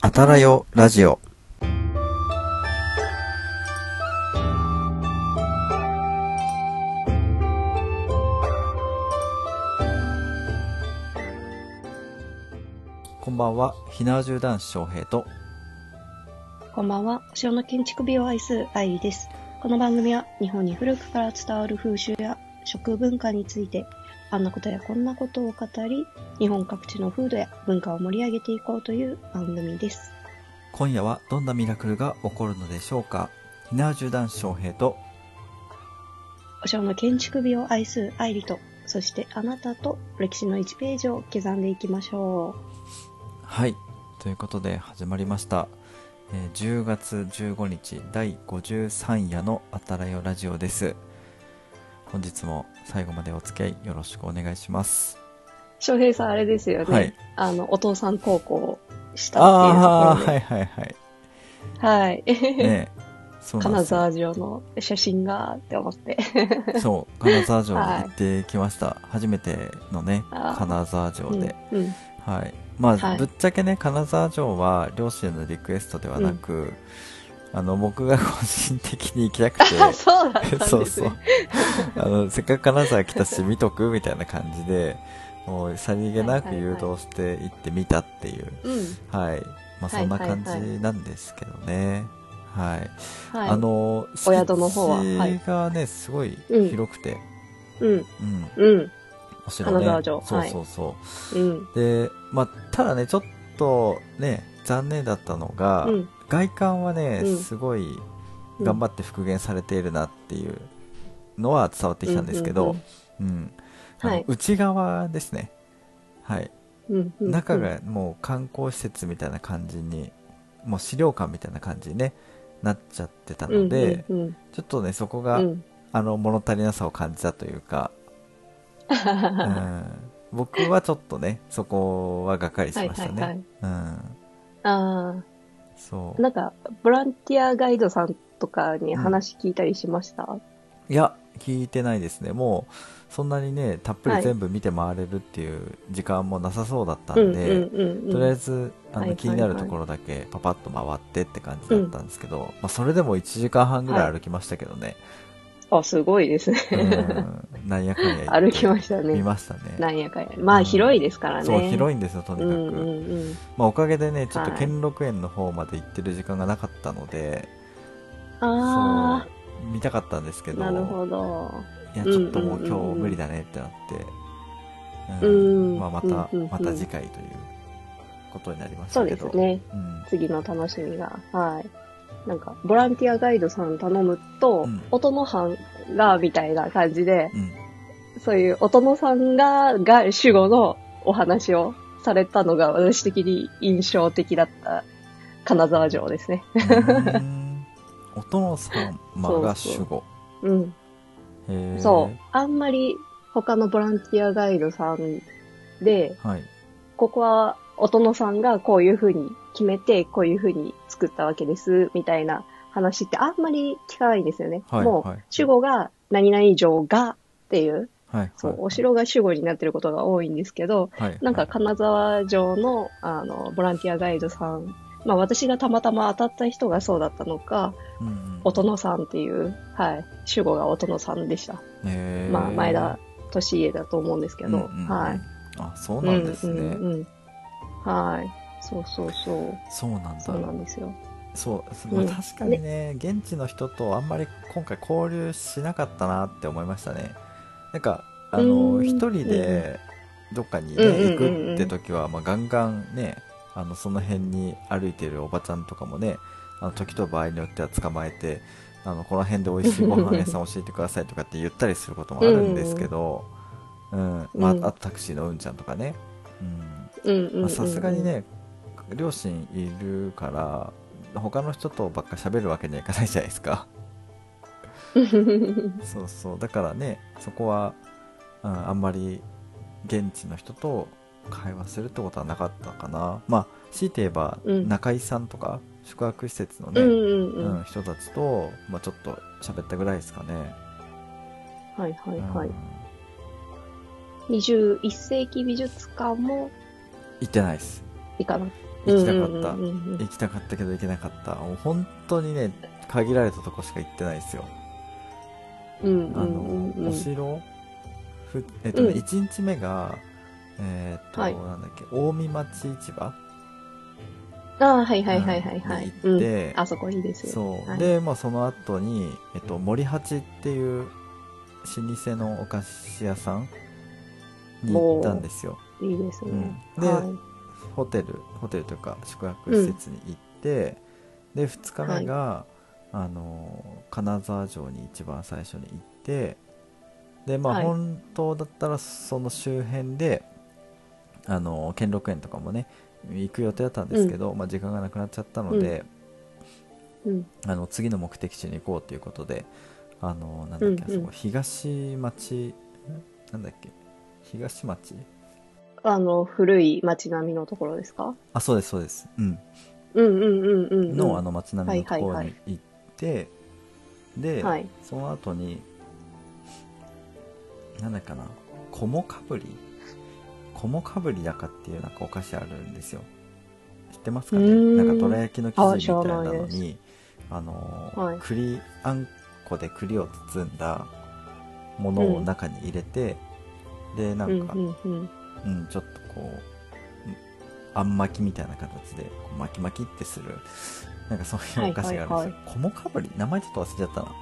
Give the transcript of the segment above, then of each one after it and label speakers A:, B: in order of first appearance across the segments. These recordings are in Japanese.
A: あたらよラジオ。こんばんは、ひなわじゅう男子翔平と、
B: こんばんは。城の建築美を愛する愛理です。この番組は日本に古くから伝わる風習や食文化について、あんなことやこんなことを語り、日本各地の風土や文化を盛り上げていこうという番組です。
A: 今夜はどんなミラクルが起こるのでしょうか。ひなわじゅう男子翔平と、
B: お城の建築美を愛する愛理と、そしてあなたと歴史の1ページを刻んでいきましょ
A: はい。ということで始まりました。えー10月15日第53夜のあたらよラジオです。本日も最後までお付き合いよろしくお願いします。
B: う。翔平さんあれですよね。
A: はい
B: あの、お父さん高校した
A: ああ
B: って
A: ー、
B: い
A: は
B: う
A: いはい はい。
B: ところで。はい。
A: ねえそうなん
B: 金
A: ですよ
B: 沢城の写真がって思って。
A: そう、金沢城に行ってきました。初めてのね、
B: あー
A: 金沢城で。
B: うんうん
A: はい。まあ、
B: はい
A: ぶっちゃけね、金沢城は両親のリクエストではなく、あの、僕が個人的に行きたく て、
B: あ、そうだったんです、ね、
A: そうそう。あの、せっかく金沢来たし、見とくみたいな感じで、もう、さりげなく誘導して行ってみたっていう。
B: うん。
A: はい。まあ、そんな感じなんですけどね。はい。
B: はい。
A: あ、の、
B: お宿の方はは
A: 敷
B: い
A: 地がね、すごい
B: うん
A: 広くて、
B: うん、
A: うん。
B: うん、
A: お城ね。
B: 金沢城
A: そう
B: はい
A: そうそう。
B: うん、
A: で、まあ、ただね、ちょっとね、残念だったのが、
B: うん。
A: 外観はね、
B: うん
A: すごい頑張って復元されているなっていうのは伝わってきたんですけど、うんあの
B: はい
A: 内側ですね、はい、
B: うん、うん。
A: 中がもう観光施設みたいな感じにもう資料館みたいな感じに、ね、なっちゃってた
B: うん、
A: ので、
B: うん、うん
A: ちょっとねそこ
B: う
A: が、
B: ん。
A: あの物足りなさを感じたというか、うん、僕はちょっとねそこはがっかりし
B: はい
A: まし
B: は
A: た
B: い
A: ね、
B: はい。
A: うん、
B: あ
A: そう
B: あ、なんか、ボランティアガイドさんとかに話聞いたりしました、
A: いや、聞いてないですね。もう、そんなにね、たっぷ
B: は
A: り
B: い
A: 全部見て回れるっていう時間もなさそうだった
B: うん、
A: ん
B: うん、
A: で、
B: うんうん。
A: とりあえず、あの、
B: はいはい
A: 気になるところだけパパッと回ってって感じだったんですけど、まあ、それでも1時間半ぐらい歩きましたけど ね。
B: あ、すごいですね。
A: うんなんやかんや言って
B: 歩きました
A: 見
B: ね。
A: ました
B: な
A: ね。
B: んやかんや。まあ、
A: うん
B: 広いですからね。
A: そう、
B: い
A: 広いんですよ、とに
B: う
A: かく。
B: ん、うん、うん。
A: まあ、おかげでね、ちょっと
B: はい
A: 兼六園の方まで行ってる時間がなかったので、
B: あ
A: そう、見たかったんですけ
B: あ、
A: ど、
B: なるほど。
A: いや、ちょっともう
B: うんうんうんうん
A: 今日無理だねってなって、
B: うん
A: まあ、また、
B: うんうんうん
A: また次回ということになりまし
B: そ
A: た
B: う
A: け
B: です
A: ど。
B: ね。
A: うん
B: 次の楽しみが。はい。なんか、ボランティアガイドさん頼むと、
A: うん
B: 音の班が、みたいな感じで、
A: うん
B: そういう音のさんが、が主語のお話をされたのが、私的に印象的だった金沢城ですね。
A: うーん。お殿様が主語。
B: うん。
A: へー
B: そう。あんまり他のボランティアガイドさんで、
A: はい。
B: ここはお殿さんがこういう風に決めて、こういう風に作ったわけです、みたいな話ってあんまり聞かないんですよね。
A: はい。
B: もう、
A: はい。
B: 主語が何々城がっていう、
A: はい。はい。
B: そう、お城が主語になってることが多いんですけど、
A: はい。
B: なんか金沢城の、あの、ボランティアガイドさん、まあ私がたまたま当たった人がそうだったのか、
A: うんうん、
B: お殿さんっていう、はい、主語がお殿さんでした。
A: へー
B: まあ前田利家だと思うんですけど、
A: うんうんうん
B: はい。。
A: あ、そうなんですね。
B: うんうんうん。はい。そうそうそう。
A: そうなんだ。
B: そうなんですよ。
A: そう、まあ
B: うん
A: 確かにね現地の人とあんまり今回交流しなかったなって思いましたねなんかあ
B: う
A: の
B: ん
A: 一人でどっかにね、
B: うんうん
A: 行
B: う
A: く
B: ん
A: って時は、まあ、ガンガンねあのその辺に歩いてるおばちゃんとかもねあの時と場合によっては捕まえてあのこの辺で美味しいご飯屋さん教えてくださいとかって言ったりすることもあるんですけど、うんまあ、あ
B: うん
A: とタクシーのうんちゃんとかね、うん、
B: うんうんうんう
A: まあ
B: ん。
A: さすがにね両親いるから他の人とばっか喋るわけにはいかないじゃないですか そうそうだからねそこは、うん、あんまり現地の人と会話するってことはなかったかなまあ強いて言えば、
B: うん
A: 中井さんとか宿泊施設の
B: う
A: ね、
B: ん
A: うん
B: うんうん。は
A: 人たちと、まあ、ちょっと喋ったぐらいですかね、
B: い
A: う
B: は
A: ん
B: いはい。21世紀美術館も
A: 行ってないです
B: 行かな
A: 行きたかった、
B: うんうんうんうん
A: 行きたかったけど行けなかったもう本当にね限られたとこしか行ってないですよ
B: うん
A: あの、
B: うんうんうん
A: お城ふえっとね、
B: うん
A: 1日目がえーっと、
B: はい
A: なんだっけ近江町市場
B: ああ、はいはいはいはいはい。
A: うん
B: う
A: に行
B: ん
A: って
B: あそこいいですよ。
A: そう、
B: はい
A: で、まあ、その後に、えっと、森八っていう老舗のお菓子屋さんに行ったんですよ
B: いいですね。
A: うんで
B: はい
A: ホテルホテルというか宿泊施設に行って、で2日目が、あの金沢城に一番最初に行ってでまあ、
B: はい
A: 本当だったらその周辺であの兼六園とかもね行く予定だったんですけど、まあ、時間がなくなっちゃったので、
B: うん。
A: あの次の目的地に行こうということであのなんだっけ、
B: うんうん
A: あそこ東町んなんだっけ東町
B: あの、古い街並みのところですか
A: あそうですそうですうん
B: うんうんうんうんうん。
A: のあの街並みのところ
B: はいはい
A: に行って、で、
B: はい。
A: その後になんだっけかなこもかぶりこもかぶりだかっていうなんかお菓子あるんですよ知ってますかね
B: うーん
A: なんかどら焼きの生地みたいな
B: あ知ら
A: の
B: ない
A: にあの、
B: はい
A: 栗あんこで栗を包んだものを中に入れて、でな
B: うんん
A: か、
B: うんうん。
A: うん、ちょっとこう、うんあん巻きみたいな形で、こう巻き巻きってする、なんかそういうお菓子がある
B: はいはい
A: ん
B: は
A: ですよ。こもかぶり名前ちょっと忘れちゃったな。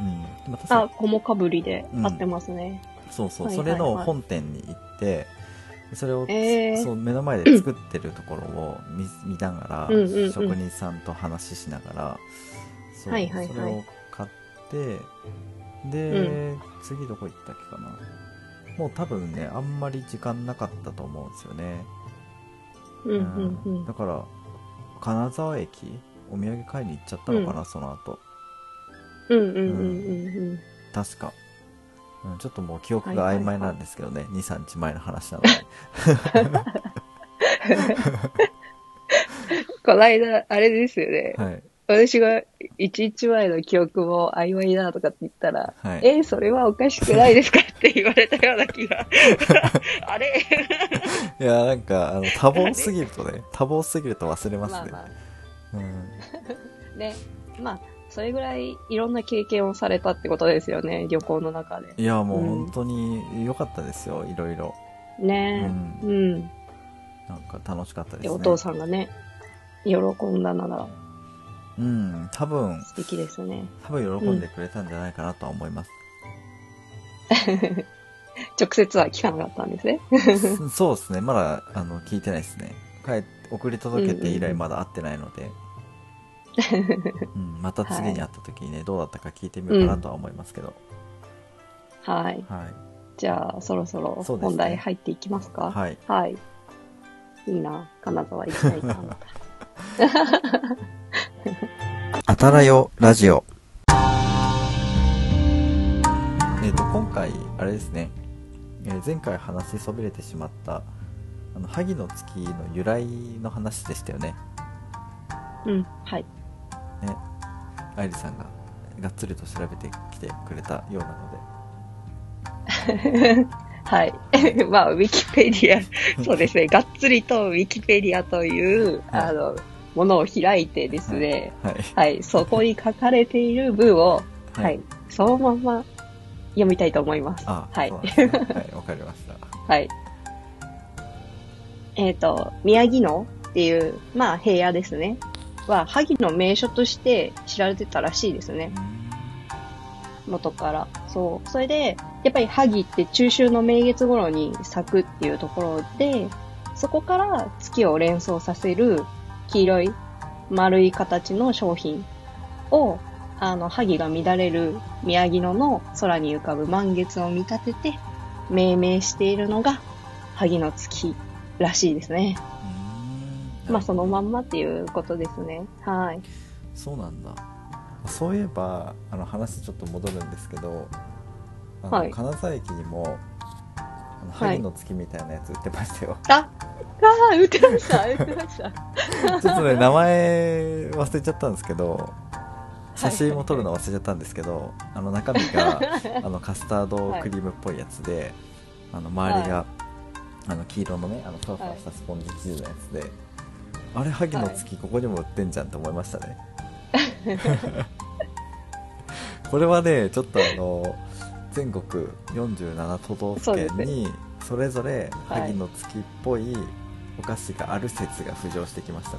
A: うん。でも確か、
B: あこもかぶりで
A: うん
B: 合ってますね。
A: に、そうそう、
B: はい
A: そ
B: はい
A: れ
B: はい
A: の本店に行って、それを、
B: えー
A: そう目の前で作ってるところを見見ながら、
B: うんうんうん
A: 職人さんと話ししながら、そう
B: はいはいはい
A: それを買って、で、次どこ行ったっけかな。もう多分ね、あんまり時間なかったと思うんですよね。
B: うんうんう
A: だ
B: ん。
A: から金沢駅お土産買いに行っちゃったのかな、その後
B: うんうんうんうん
A: 確か、うん、ちょっともう記憶が曖昧なんですけどね、23日前の話なの
B: うん。こないだ、あれですよね。
A: ではい
B: 私が一日前の記憶も曖昧だとかって言ったら、
A: はい
B: え、それはおかしくないですかって言われたような気 が。あれ
A: いやなんかあの多忙すぎるとね 多忙すぎると忘れま
B: ます
A: ね、
B: あま
A: うん、
B: あ。ね、まあ、それぐらいいろんな経験をされたってことですよね、旅行の中で。
A: いやもう
B: うん
A: 本当に良かったですよいろいろ
B: ね
A: う
B: え、うん。
A: なんか楽しかったです
B: で、
A: ね
B: お父さんがね、喜んだなら
A: うん多分
B: 素敵ですね。
A: 多分喜んでくれたんじゃないかなとは思います、
B: 直接は聞かなかったんですね。
A: そ そうですね、まだあの聞いてないですね。帰って送り届けて以来まだ会ってないので、うんまた次に会った時にね、どうだったか聞いてみようかなとは思いますけど、
B: はい。
A: はい、
B: じゃあ、そろそろ
A: そうですね
B: 本題入っていきますか。
A: はい、
B: はい。いいな、金沢行きたいな。
A: あたらよラジオ。えっ、と、今回、あれですね、えー前回話しそびれてしまった、あの、萩の月の由来の話でしたよね。
B: うん、はい。
A: 愛理さんががっつりと調べてきてくれたようなので。
B: はい。 まあ、ウィキペディ ア、そうですね、がっつりとウィキペディアという、
A: はい
B: あの、ものを開いてですね、
A: はい。
B: はい、そこに書かれている文を、
A: は
B: はいい、そのまま読みたいと思います。
A: あ、
B: はい
A: そうなんですねはい、わかりました。
B: はい。えっ、と、宮城野っていう、まあ、平野ですね。は、萩の名所として知られてたらしいですね。元から。そう。それで、やっぱり萩って中秋の明月頃に咲くっていうところで、そこから月を連想させる黄色い丸い形の商品を、あの、萩が乱れる宮城野の空に浮かぶ満月を見立てて命名しているのが萩の月らしいですね。まあそのま
A: ま。
B: んまっていうことですね。はい。
A: そうなんだ。そういえば、あの話ちょっと戻るんですけど、あの
B: はい
A: 金沢駅にも、あの
B: はい
A: 萩の月みたいなやつ売ってましたよ。
B: あ、ああ、打ってました、打ってま した。
A: ちょっとね、名前忘れちゃったんですけど、写真も撮るの忘れちゃったんですけど、あの中身が、あのカスタードクリームっぽいやつで、あの周りが、あの黄色のねあのふわふわしたスポンジ生地のやつで、あれ萩の月ここにも売ってんじゃんって思いましたねこれはねちょっとあの全国47都道府県にそれぞれ
B: はい
A: 萩の月っぽいお菓子がある説が浮上してきましたね、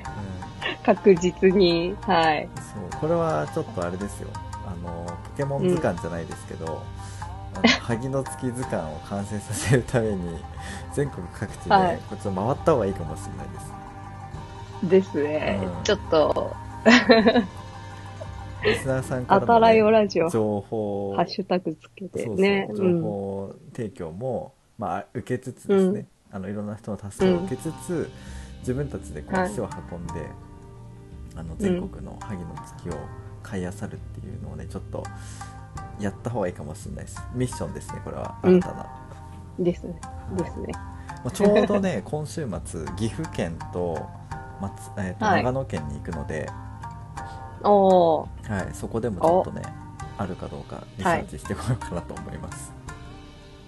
A: うん
B: 確実に、はい。
A: そうこれはちょっとあれですよあのポケモン図鑑じゃないですけど、あの萩の月図鑑を完成させるため に全国各地
B: は
A: で
B: い
A: こっちを回った方がいいかもしれないです、
B: ですね。
A: うん
B: ちょっと、
A: リスナーさんか
B: あ
A: ら
B: た
A: の
B: らよ
A: ね、
B: ラジオ、ハ
A: 情報
B: ッシュタグつけて
A: そう
B: ね。
A: そう情報提供も、まあ、受けつつですね、あのいろんな人の助けを受けつつ、自分たちでこう
B: はい
A: 足を運んで、あの全国の萩の月を買い漁るっていうのをねちょっとやった方がいいかもしれないですミッションですねこれは
B: うん
A: 新たな、
B: うん。ですね。ですね。
A: まあちょうどね 今週末岐阜県と,、松えーと
B: はい
A: 長野県に行くので、
B: おー。
A: はい、そこでもちょっとねあるかどうかリサーチしてこようかなと思います、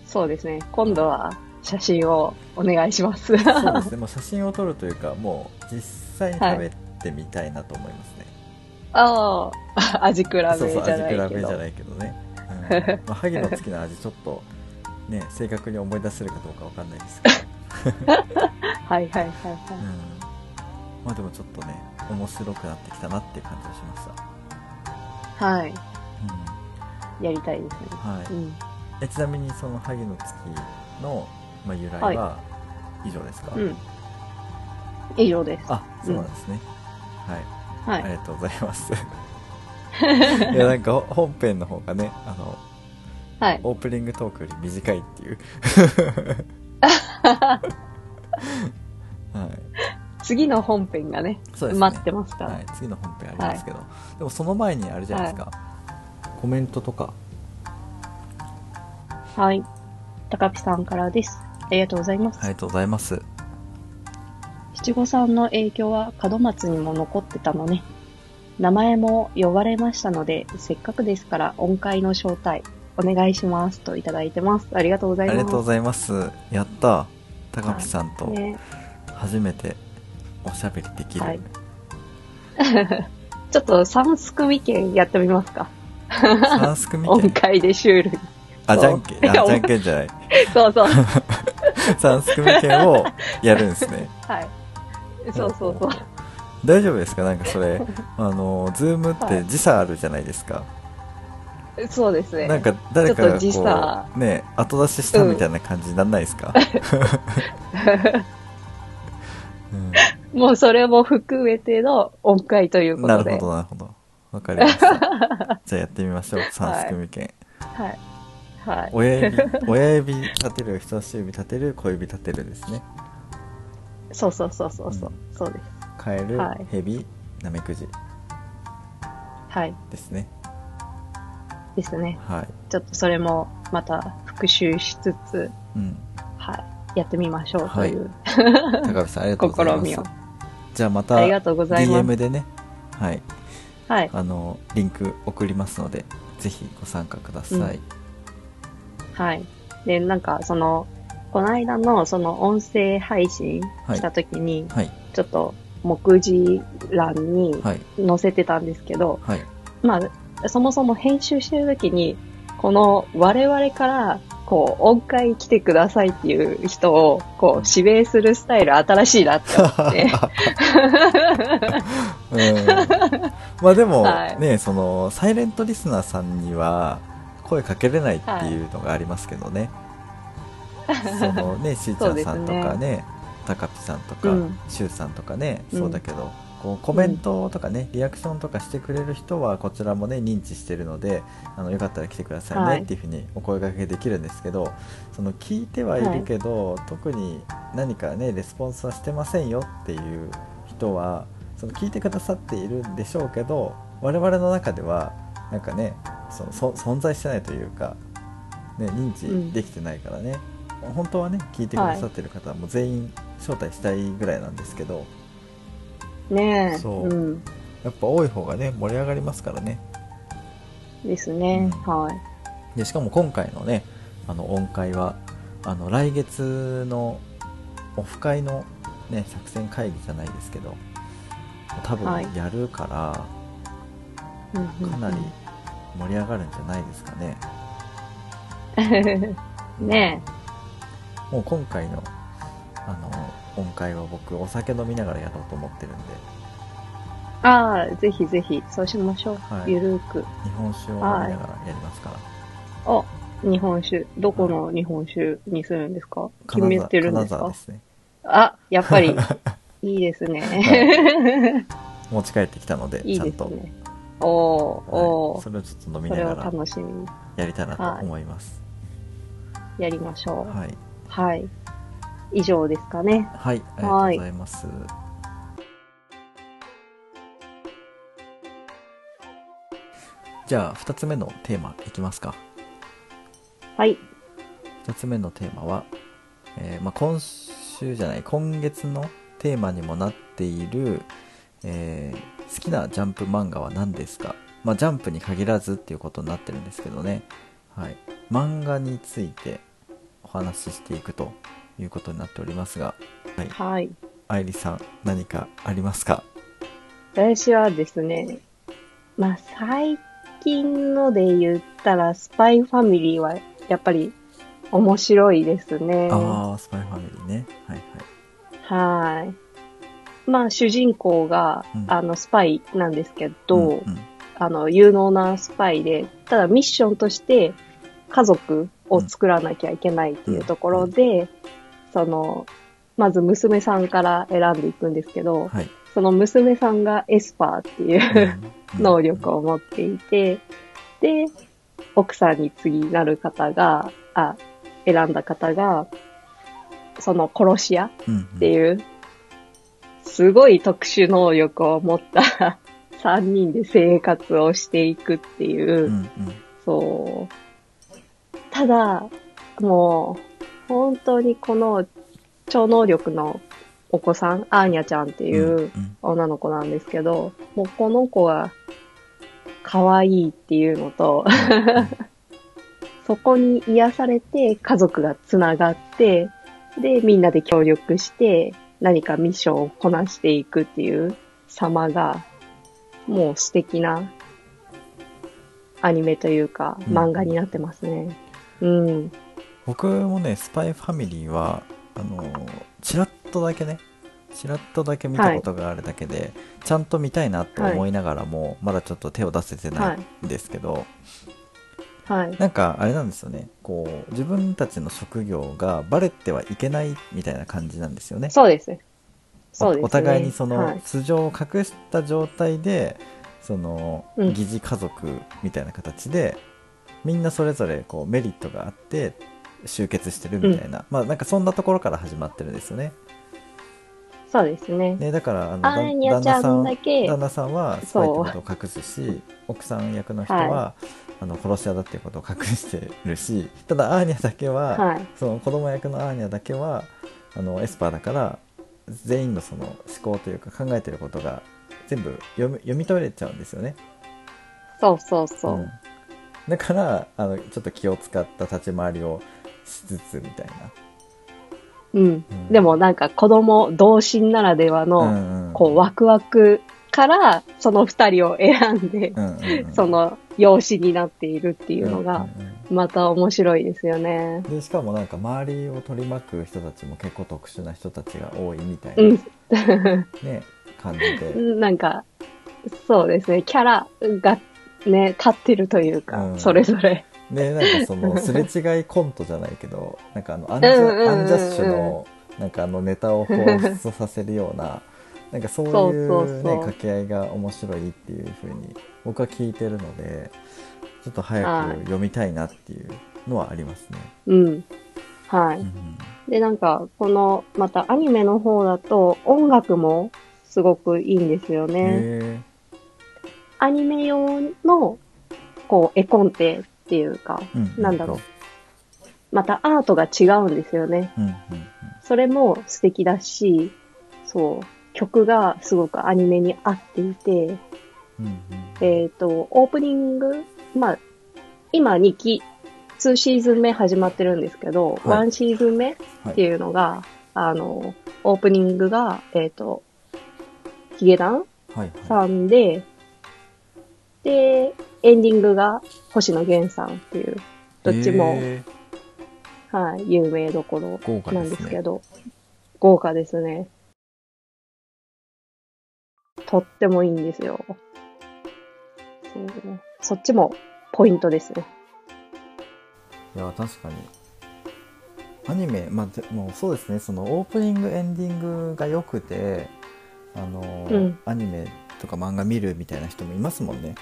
B: そうですね。今度は写真をお願いしま
A: そう
B: す。
A: ですね、もう写真を撮るというか、もう実際に食べてみたいなと思いますね。
B: ああ、味比べじゃ
A: そうそう、味
B: な
A: 比
B: いけ
A: べじゃ
B: ど。
A: ないけどね。うんまあ、萩の月の味、ちょっと、ね、正確に思い出せるかどうかわかんない ですけど、
B: はいはいはい
A: う
B: は
A: ん
B: い。
A: まあでもちょっとね、面白くなってきたなっていう感じがしました。
B: はい。
A: う
B: やりたいですね。
A: んは
B: う
A: い、
B: ん。
A: えちなみに、その萩の月の、まあ、由来は以上ですか、
B: うん。以上です。
A: あ、そうなんですね。はい
B: は
A: あ
B: い。
A: りがとうござい ます。いや、なんかほ本編の方がね、あの、
B: はい。
A: オープニングトークより短いって いう。はい。
B: 次の本編がね、
A: そうですね。
B: 待ってますから。
A: はい、次の本編ありますけど。でもその前にあれじゃないですか。コメントとか。
B: はい。高木さんからです。ありがとうございます。
A: ありがとうございます。
B: 七五三の影響は門松にも残ってたのね。名前も呼ばれましたので、せっかくですから音階の招待お願いしますといただいてます。ありがとうござ
A: あ
B: います。
A: りがとうございます。やった。高木さんと
B: ね、
A: 初めておしゃべりできる。
B: はいちょっと三すくみ券やってみますか。
A: 三すくみ
B: 音
A: 券。
B: 階でシ ュールに。
A: あ、じゃんけん、あ、じゃんけんじゃない。
B: そうそう。
A: 三すくみ券をやるんですね。
B: はい。 そうそうそう。
A: 大丈夫ですかなんかそれあのズームって時差あるじゃないですか、
B: そうですね。
A: なんか誰かが
B: ちょっと時差
A: こうね後出ししたみたいな感じになんないですか、うん
B: もうそれも含めての音階というこ
A: な
B: と
A: る
B: で。
A: ほどなるほどわかりました じゃあやってみましょう三すくみ券、
B: はい。はい。
A: 親指親指立てる人差し指立てる小指立てるですね
B: そうそうそうそうそう。そうです。
A: カエル、
B: はい
A: ヘビナメクジ
B: はい。
A: ですね
B: ですね。
A: はい
B: ちょっとそれもまた復習しつつ、
A: うん
B: はい。やってみましょうという
A: 高橋さんありがとうござい
B: 試
A: ま
B: み
A: す
B: を。
A: じゃあまた
B: ありがとうございます。
A: DM でねはい
B: はい。
A: あのリンク送りますのでぜひご参加ください、
B: うんはい。で、なんかその、この間のその音声配信した時に、
A: はい
B: ちょっと目次欄に
A: はい
B: 載せてたんですけど、
A: はい
B: まあ、そもそも編集してるときに、この我々から、こう、音階来てくださいっていう人を、こう、指名するスタイル新しいなって 思って。
A: うんまあでも、
B: はい
A: ねそのサイレントリスナーさんには声かけれないっていうのがありますけど ね、そのねしーちゃんさんと
B: そ
A: か
B: うです
A: ねたかぴさんとか、
B: うん
A: しゅうさんとかね
B: うん
A: そうだけど、こうコメントとかね、リアクションとかしてくれる人はこちらもね認知してるのであのよかったら来てくださ
B: はいい
A: ねっていうふうにお声掛けできるんですけど、その聞いてはいるけど、特に何かねレスポンスはしてませんよっていう人はその聞いてくださっているんでしょうけど我々の中ではなんかねそのそ存在してないというか、ね、認知できてないからね、本当はね聞いてくださってる方はもう全員招待したいぐらいなんですけど
B: ねえ。。
A: そうんやっぱ多い方がね盛り上がりますからね
B: ですね。
A: う
B: はい。
A: でしかも今回のねあの音階はあの来月のオフ会のね、作戦会議じゃないですけど、多
B: は
A: 分
B: い
A: やるから、
B: うんうんうん
A: かなり盛り上がるんじゃないですかね。
B: ね
A: もう今回の、あの、音階は僕、お酒飲みながらやろうと思ってるんで、
B: え。ああ、ぜひぜひ、そうしましょう。
A: はい
B: ゆるーく。
A: 日本酒を飲みながらやりますから。
B: あ、日本酒。どこの日本酒にするんですか決めてるん
A: 金
B: です
A: 沢
B: か
A: ですね。
B: あ、やっ ぱり、いいですね。
A: 持ち帰ってきたので、
B: いい
A: ちゃん
B: です
A: と。
B: ね。おー、
A: は
B: お
A: い、
B: ー。
A: それをちょっと飲み
B: そ
A: な
B: れを
A: がら
B: 楽しみに
A: やりたいなと思います。
B: やりましょ
A: はい。
B: う。はい。以上ですかね。
A: はい、ありがとうございます。じゃあ、2つ目のテーマいきますか。
B: はい。
A: 2つ目のテーマは、えーまあ、今週じゃない、今月のテーマにもなっている、えー好きなジャンプ漫画は何ですか、まあ、ジャンプに限らずっていうことになってるんですけどね、はい、漫画についてお話ししていくということになっておりますが、
B: はい。
A: 愛理さん、何かありますか
B: 私はですね、まあ、最近ので言ったら、スパイファミリーはやっぱり面白いですね。
A: ああ、スパイファミリーね。はいはい。
B: はい。まあ、主人公が、
A: うん
B: あの、スパイなんですけど、
A: うんうん
B: あの、有能なスパイで、ただミッションとして家族を作らなきゃいけないっていうところで、その、まず娘さんから選んでいくんですけど、
A: はい。
B: その娘さんがエスパーっていう 能力
A: を。
B: を持っていて、で、奥さんに次なる方が、あ、選んだ方が、その殺し屋
A: うんうん
B: っていう、すごい特殊能力を持った 3人で生活をしていくっていう、
A: うんうん
B: そう。ただ、もう、本当にこの超能力のお子さん、アーニャちゃんってい
A: うんう
B: うん女の子なんですけど、もうこの子は可愛いっていうのと、そこに癒されて家族がつながって、で、みんなで協力して何かミッションをこなしていくっていう様が、もう素敵なアニメというか
A: うん
B: 漫画になってますね。うん。
A: 僕もね、スパイファミリーは、あのー、ちらっとだけね、ちらっとだけ見たことがあるだけで、ちゃんと見たいなと思いながらも、まだちょっと手を出せてな
B: はいい。
A: んですけど、
B: はい。
A: なんかあれなんですよね、こう、自分たちの職業がバレてはいけないみたいな感じなんですよね。
B: そうですね。そう
A: お
B: ですね。
A: お互いにそ
B: は
A: の
B: い、
A: 素性を隠した状態で、その
B: うん
A: 疑似家族みたいな形で、みんなそれぞれこうメリットがあって集結してるみたいな、まあなんかそんなところから始まってるんですよね。
B: そうですね。
A: ねだからあの
B: ア
A: だ
B: ーニャ
A: 旦
B: ちゃ
A: 那さ
B: ん
A: ん
B: だけ、
A: 旦那さんはスパイってことを隠すし奥さん役の人は、
B: は
A: あの殺し屋だっていうことを隠してるしただアーニャだけは、
B: はい。
A: その子供役のアーニャだけはあのエスパーだから全員のその思考というか考えてることが全部読み読み取れちゃうんですよね。
B: そうそうそう。
A: うんだからあのちょっと気を使った立ち回りをしつつみたいな。
B: うん。
A: うん
B: でもなんか子供同心ならではの、
A: んん
B: こうワクワクからその二人を選んで、
A: うんうんうん
B: その養子になっているっていうの
A: うん
B: が、
A: うんうん
B: また面白いですよね。
A: でしかもなんか周りを取り巻く人たちも結構特殊な人たちが多いみたいな、
B: うん
A: ね感じ で、うん
B: なんか、そうですね、キャラがね、立ってるというか、
A: うん
B: それぞれ。
A: でなんかそ のすれ違いコントじゃないけどなんかあのアンジャ,、
B: うんうんうんうん
A: アンジャッシュのなんかあのネタを彷彿とさせるようななんかそういう,、ね、
B: そうそうそう
A: 掛け合いが面白いっていう風に僕は聞いてるのでちょっと
B: は
A: 早
B: い
A: く読みたいなっていうのはありますね。
B: うん。は
A: う
B: い。
A: ん
B: で、なんか、この、またアニメの方だと、音楽もすごくいいんですよ
A: うん
B: ね。
A: へ
B: アニメ用の、こう、絵コンテっていうか、
A: ーう
B: なんだろまたアートが違うんですよね。
A: うんうんうん
B: それも素敵だし、そう、曲がすごくアニメに合っていて、
A: うんうん
B: えっ、と、オープニング、まあ、今2期、2シーズン目始まってるんですけど、
A: はい
B: 1シーズン目
A: はい
B: っていうのが、あの、オープニングが、えっ、と、ヒゲダン
A: はいはい。
B: さんで、で、エンディングが星野源さんっていう、どっちも、
A: えー
B: はい、有名どころ
A: 豪華
B: なん
A: で
B: ですす
A: ね
B: け。ど、豪華ですね。とってもいいんですよ。そうねそっちもポイントですね。
A: いや確かにアニメまあでもうそうですねそのオープニングエンディングが良くてあの、
B: うん
A: アニメとか漫画見るみたいな人もいますもんね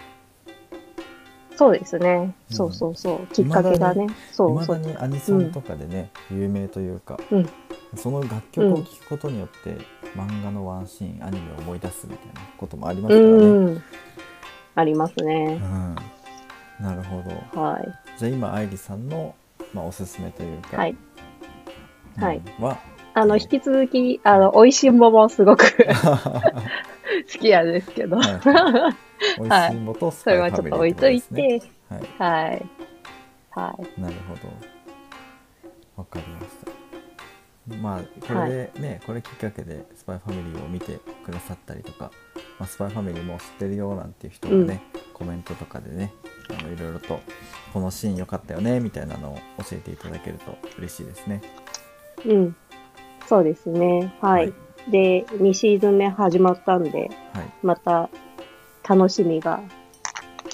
B: そうですね。
A: うん
B: そうそうそう。きっかけがね。そ
A: いうま
B: そ
A: だ
B: う。
A: にアニソンとかでね、有名というか、
B: うん
A: その楽曲を聴くことによって、漫画のワンシーンアニメを思い出すみたいなこともあります
B: う
A: からね、うん
B: ん。ありますね。
A: なるほど
B: は
A: じゃあ今愛理さんの、まあ、おすすめという
B: い。
A: か、
B: はい。
A: うん
B: はい
A: は
B: あの、引き続き、あの、美味しいももすごく 好きなんですけど、
A: はい、美
B: はい
A: 味しいもとス
B: それ
A: パ
B: は
A: イフ
B: ち
A: ァ
B: ょっ
A: ミ
B: と
A: リー
B: 置い
A: ってこと
B: と
A: で
B: い
A: すね。
B: て、
A: はい、
B: はい。はい。
A: なるほど。わかりました。まあ、これでね、これきっかけでスパイファミリーを見てくださったりとか、まあ、スパイファミリーもう知ってるよなんていう人がね、コメントとかでね、あのいろいろと、このシーン良かったよね、みたいなのを教えていただけると嬉しいですね。
B: うん。そうですね。はい。
A: はい
B: で、2シーズン目始まったんで、
A: はい。
B: また楽しみが、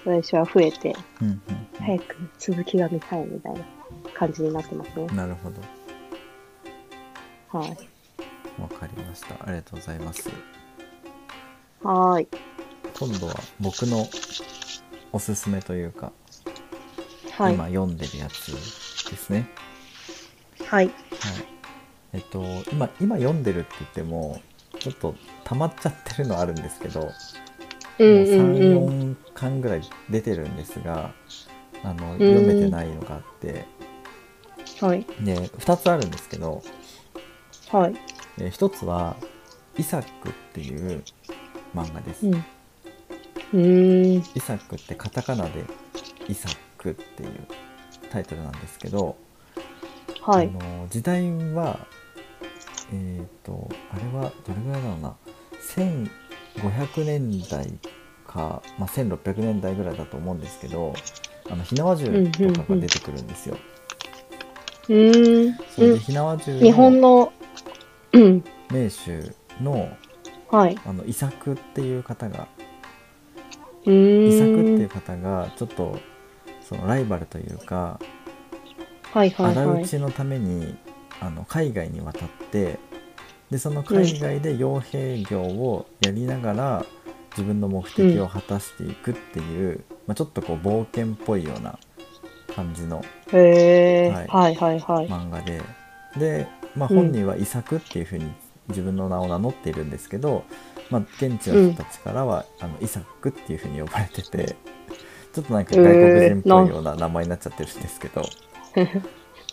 B: 私は増えて、
A: うんうんうん
B: 早く続きが見たいみたいな感じになってますね。
A: なるほど。
B: はい。
A: わかりました。ありがとうございます。
B: はーい。
A: 今度は僕のおすすめというか、
B: はい。
A: 今読んでるやつですね。
B: はい。
A: はい、えっと今今読んでるって言ってもちょっと溜まっちゃってるのあるんですけど、
B: うんう
A: も
B: ん
A: う
B: うん。
A: 34巻ぐらい出てるんですがあの
B: ん
A: 読めてないのがあって、
B: はい。
A: で2つあるんですけど、
B: はい。
A: え1つは「イサク」っていう漫画です。
B: うん。うーん。
A: イサクってカタカナで「イサク」っていうタイトルなんですけど、
B: はい
A: あ。の時代はえっ、とあれはどれぐらいだろうな1500年代か、まあ、1600年代ぐらいだと思うんですけどあの火縄銃とかが出てくるんですよ。
B: うーん。
A: そうれで
B: ん。
A: 火縄銃
B: 日本
A: の
B: の、うん。
A: 名手の
B: はい。
A: あのイサクっていう方がイサクって
B: うーん。
A: いう方がちょっとそのライバルというか
B: はいはい
A: 荒
B: はい
A: 打。ちのためにあの海外に渡ってでその海外で傭兵業をやりながら自分の目的を果たしていくっていう、まあ、ちょっとこう冒険っぽいような感じの
B: へ
A: はい
B: ー。はいはいはい。
A: 漫画でで、まあ、
B: うん
A: 本人は「イサク」っていうふうに自分の名を名乗っているんですけど、まあ、現地の人たちからは「あのイサク」っていうふうに呼ばれててちょっとなんか外国人っぽいような名前になっちゃってるんですけど。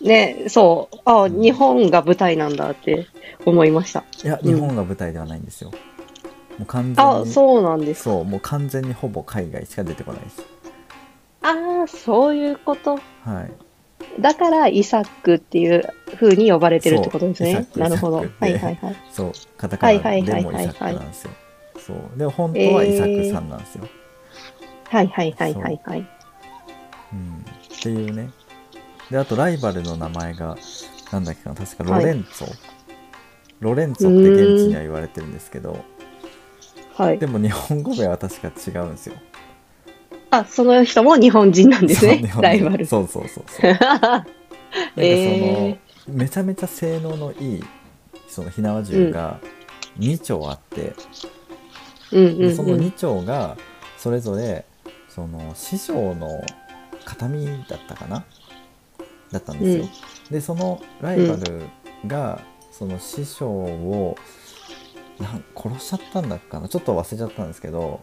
B: ね、そう。あ、
A: うん
B: 日本が舞台なんだって思いました。
A: いや
B: うん
A: 日本が舞台ではないんですよ、もう完全
B: あ、
A: に
B: そうなんです。
A: そうもう完全にほぼ海外しか出てこないです
B: ああ、そういうこと。
A: はい
B: だから、イサックっていう風に呼ばれてるってことで
A: そ
B: す
A: うイ
B: ね
A: サッ。ク
B: なるほ
A: イ
B: ど。は
A: サックで
B: いはいはい。
A: そうカタカナ
B: はいは
A: で
B: い
A: も
B: はい
A: イ
B: はい
A: サクなんですよ、そうでも本当はイサクさんなんですよ、
B: はいはいはいはいはい。
A: うん、っていうねであとライバルの名前がなんだっけかな確かロレンツォ、ロレンツォって現地には言われてるんですけど
B: はい
A: で。も日本語名は確か違うんですよ
B: あ、その人も日本人なんです
A: そう
B: ね
A: 日。本
B: ライバル。
A: そうそうそうそうなんかその、
B: え
A: めちゃめちゃ性能のいいその火縄銃が2丁あって、
B: うんうん
A: でその
B: うん。
A: 2丁がそれぞれその師匠の形見だったかなだったんですよ、でそのライバルがその師匠をなん殺しちゃったんだっけかなちょっと忘れちゃったんですけど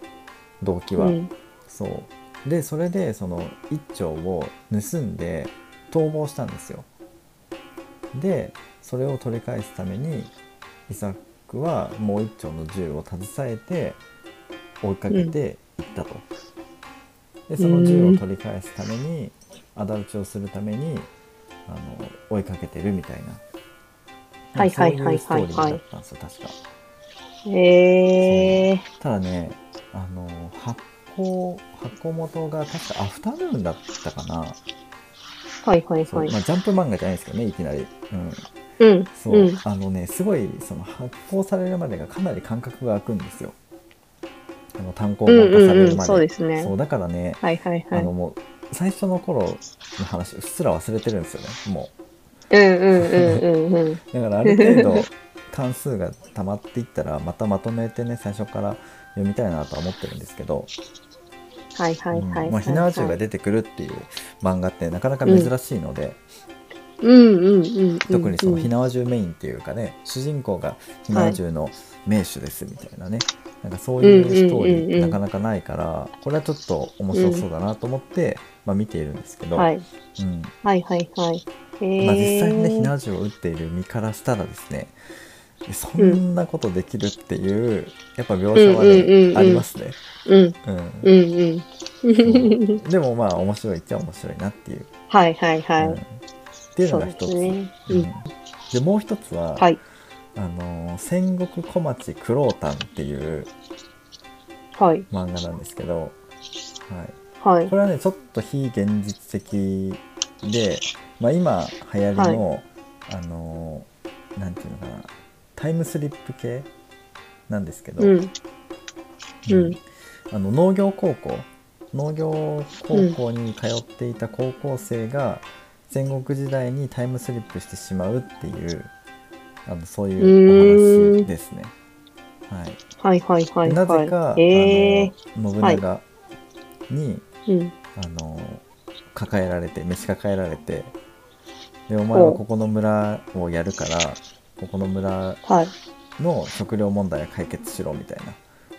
A: 動機は、
B: うん
A: そうでそれでその一丁を盗んで逃亡したんですよでそれを取り返すためにイサクはもう一丁の銃を携えて追いかけていったと、でその銃を取り返すために仇討ちをするためにあの追いかけてるみたいな
B: はいはいはいはいはい
A: そういうストーリーだったんですよ、確か。
B: ええ
A: ただね、あの、発行、発行元が確かアフタヌーンだったかな。
B: はいはい
A: そう
B: はい
A: ま。あ、ジャンプ漫画じゃないですけどね、いきなり。うん。
B: うん。
A: そう、
B: うん
A: あのね、すごい、その発行されるまでがかなり間隔が空くんですよ。あの、単行
B: う
A: 本
B: ん
A: 化され
B: うん
A: る
B: うん。
A: まで。
B: そうですね。
A: そうだからね、
B: はいはいは
A: あ
B: い。
A: のもう、最初の頃の話、うっすら忘れてるんですよね、も
B: うんうんうんうんうん。
A: う。だからある程 度、関数が溜まっていったら、またまとめてね、最初から読みたいなとは思ってるんですけど、
B: はいはいはいはい。
A: うんまあ、火縄銃が出てくるっていう漫画ってなかなか珍しいので、
B: うんうんうんうん。
A: 特にその火縄銃メインっていうかね、主人公が火縄銃の名手ですみたいなね、なんかそういうストーリーってなかなかないから、これはちょっと面白そうだなと思って、まあ、見ているんですけど、
B: はい
A: うん
B: はいはいはい。えー
A: まあ、実際にね火縄銃を撃っている身からしたらですねそんなことできるっていう、やっぱ描写はね、
B: うんうんうんうん
A: ありますね、
B: うん
A: うん
B: うんうん。
A: でもまあ面白いっちゃ面白いなっていう、
B: はいはいは
A: うんっ
B: い。
A: ていう
B: そ
A: のが
B: うで
A: 一
B: す
A: つ、
B: ね。う
A: うん
B: ん。
A: でもう一つは、
B: はい
A: あのー戦国小町九郎丹っていう
B: はい
A: 漫画なんですけど、はい、
B: はい
A: こ。れはねちょっと非現実的で、まあ、今流行りの、あのーなんていうのかなタイムスリップ系なんですけど、
B: うんうん
A: あの農業高校農業高校に通っていた高校生が戦国時代にタイムスリップしてしまうっていうあのそういうお話ですね。はい、
B: はいはいはいはい。
A: なぜか、
B: え
A: あの信長に、
B: ーうん
A: あの抱えられて召し抱えられてでお前はここの村をやるからここの村
B: はい。
A: の食料問題を解決しろみたいな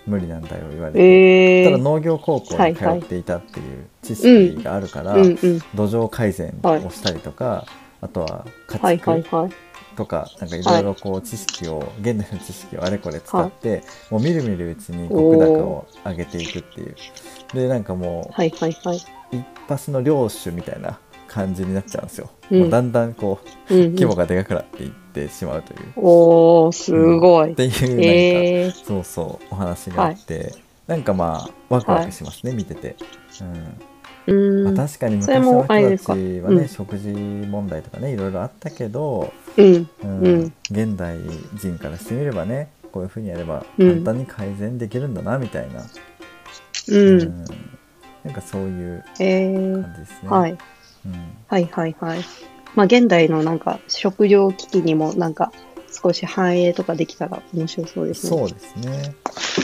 A: 無理なんだよ言われて、
B: え
A: ただ
B: ー
A: 農業高校
B: はい
A: に通
B: はい
A: っていたっていう知識があるから、
B: うんうん。
A: 土壌改善をしたりとか、あとは
B: は
A: 家
B: いはい
A: 畜
B: はい。
A: とか、なんかいろいろこう知識を、現代の知識をあれこれ使って、もうみるみるうちに
B: お
A: 石
B: ー
A: 高を上げていくっていうでなんかも
B: はいはいはい。
A: う一発の領主みたいな感じになっちゃうんですよ、
B: うん
A: もうだんだんこう
B: うんうん
A: 規模がでかくなっていってしまうという、
B: おー、すごい
A: っ。ていうなんか、
B: えー
A: そうそうお話があって、なんかまあワクワクしますね、見てて、う
B: う
A: ん
B: ん
A: まあ、確かに
B: それ
A: 昔
B: も
A: の人
B: あれで
A: た
B: す
A: ち
B: か
A: はね、
B: うん
A: 食事問題とかねいろいろあったけど、
B: うん
A: うん
B: うん
A: 現代人からしてみればねこういうふうにやれば
B: うん
A: 簡単に改善できるんだなみたいな、
B: う
A: うん
B: ん。
A: なんかそういう
B: えー
A: 感じですね、
B: はい。
A: うん
B: はいはいはい。まあ現代のなんか食料危機にもなんか少し反映とかできたら面白そうですね。
A: そうですね、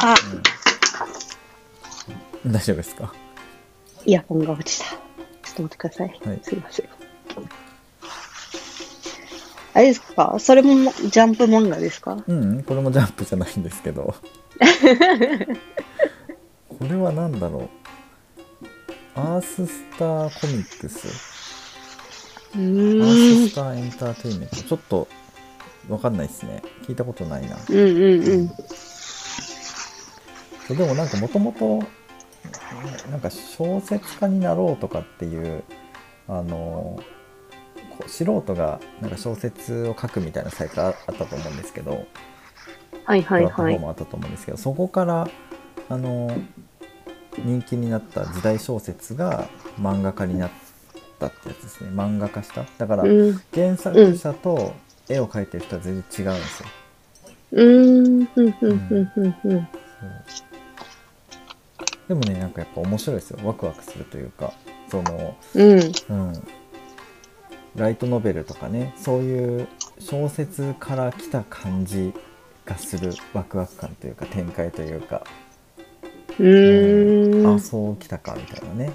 B: あ、
A: うん、大丈夫ですか
B: イヤホンが落ちた。ちょっと待ってください。
A: はい
B: すいません。あれですかそれももジャンプ漫画ですか
A: うんこれもジャンプじゃないんですけ どこれは何だろうアーススターコミックスアース
B: うーん
A: ス。ターエンターテインメントちょっとわかんないですね聞いたことないな
B: うんうんうん。
A: そうでもなんかもともとなんか小説家になろうとかっていうあのこう素人がなんか小説を書くみたいなサイトああったと思うんですけど、
B: はいはい
A: プラットフ
B: は
A: ォー
B: い。
A: ムあったと思うんですけどそこからあの人気になった時代小説が漫画家になったってやつですね漫画化しただから
B: うん。う
A: 原作者と絵を描いてる人は全然違うんですよ、
B: ーん。うんうんうんうんう
A: そ
B: ん。
A: うでもねなんかやっぱ面白いですよワクワクするというかその
B: うん。
A: うんライトノベルとかねそういう小説から来た感じがするワクワク感というか展開というか
B: うー
A: あ
B: ん。
A: そうきたかみたいなね、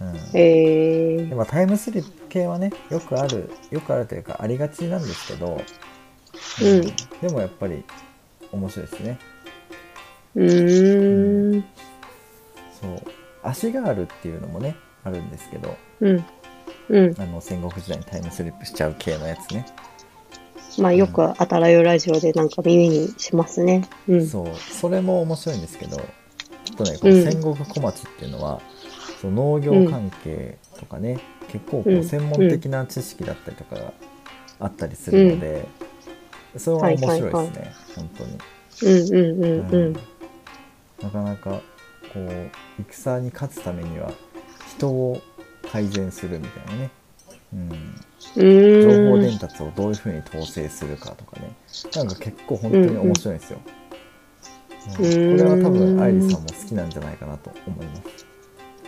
A: うん、
B: え
A: で
B: ー。
A: もタイムスリップ系はねよくあるよくあるというかありがちなんですけど、
B: うん
A: でもやっぱり面白いですね
B: うーん。
A: そう足があるっていうのもねあるんですけど
B: うん。うん。
A: あの戦国時代にタイムスリップしちゃう系のやつね、
B: まあよくあたらよラジオでなんか耳にしますね。うん。
A: そうそれも面白いんですけどちょっとねこの
B: うん
A: 戦国小町っていうのは、その農業関係とかね、結構こ
B: うん
A: う専門的な知識だったりとかがあったりするので、それは面白いですね、
B: はいはい
A: 本当に、
B: うんうんうんうん。
A: なかなかこう戦に勝つためには人を改善するみたいなね、うん、
B: う
A: 情報
B: ー
A: 伝
B: ん。
A: 達をどういうふうに統制するかとかねなんか結構本当に面白いんですよ、うん
B: うん
A: これは多分愛理さんも好きなんじゃないかなと思います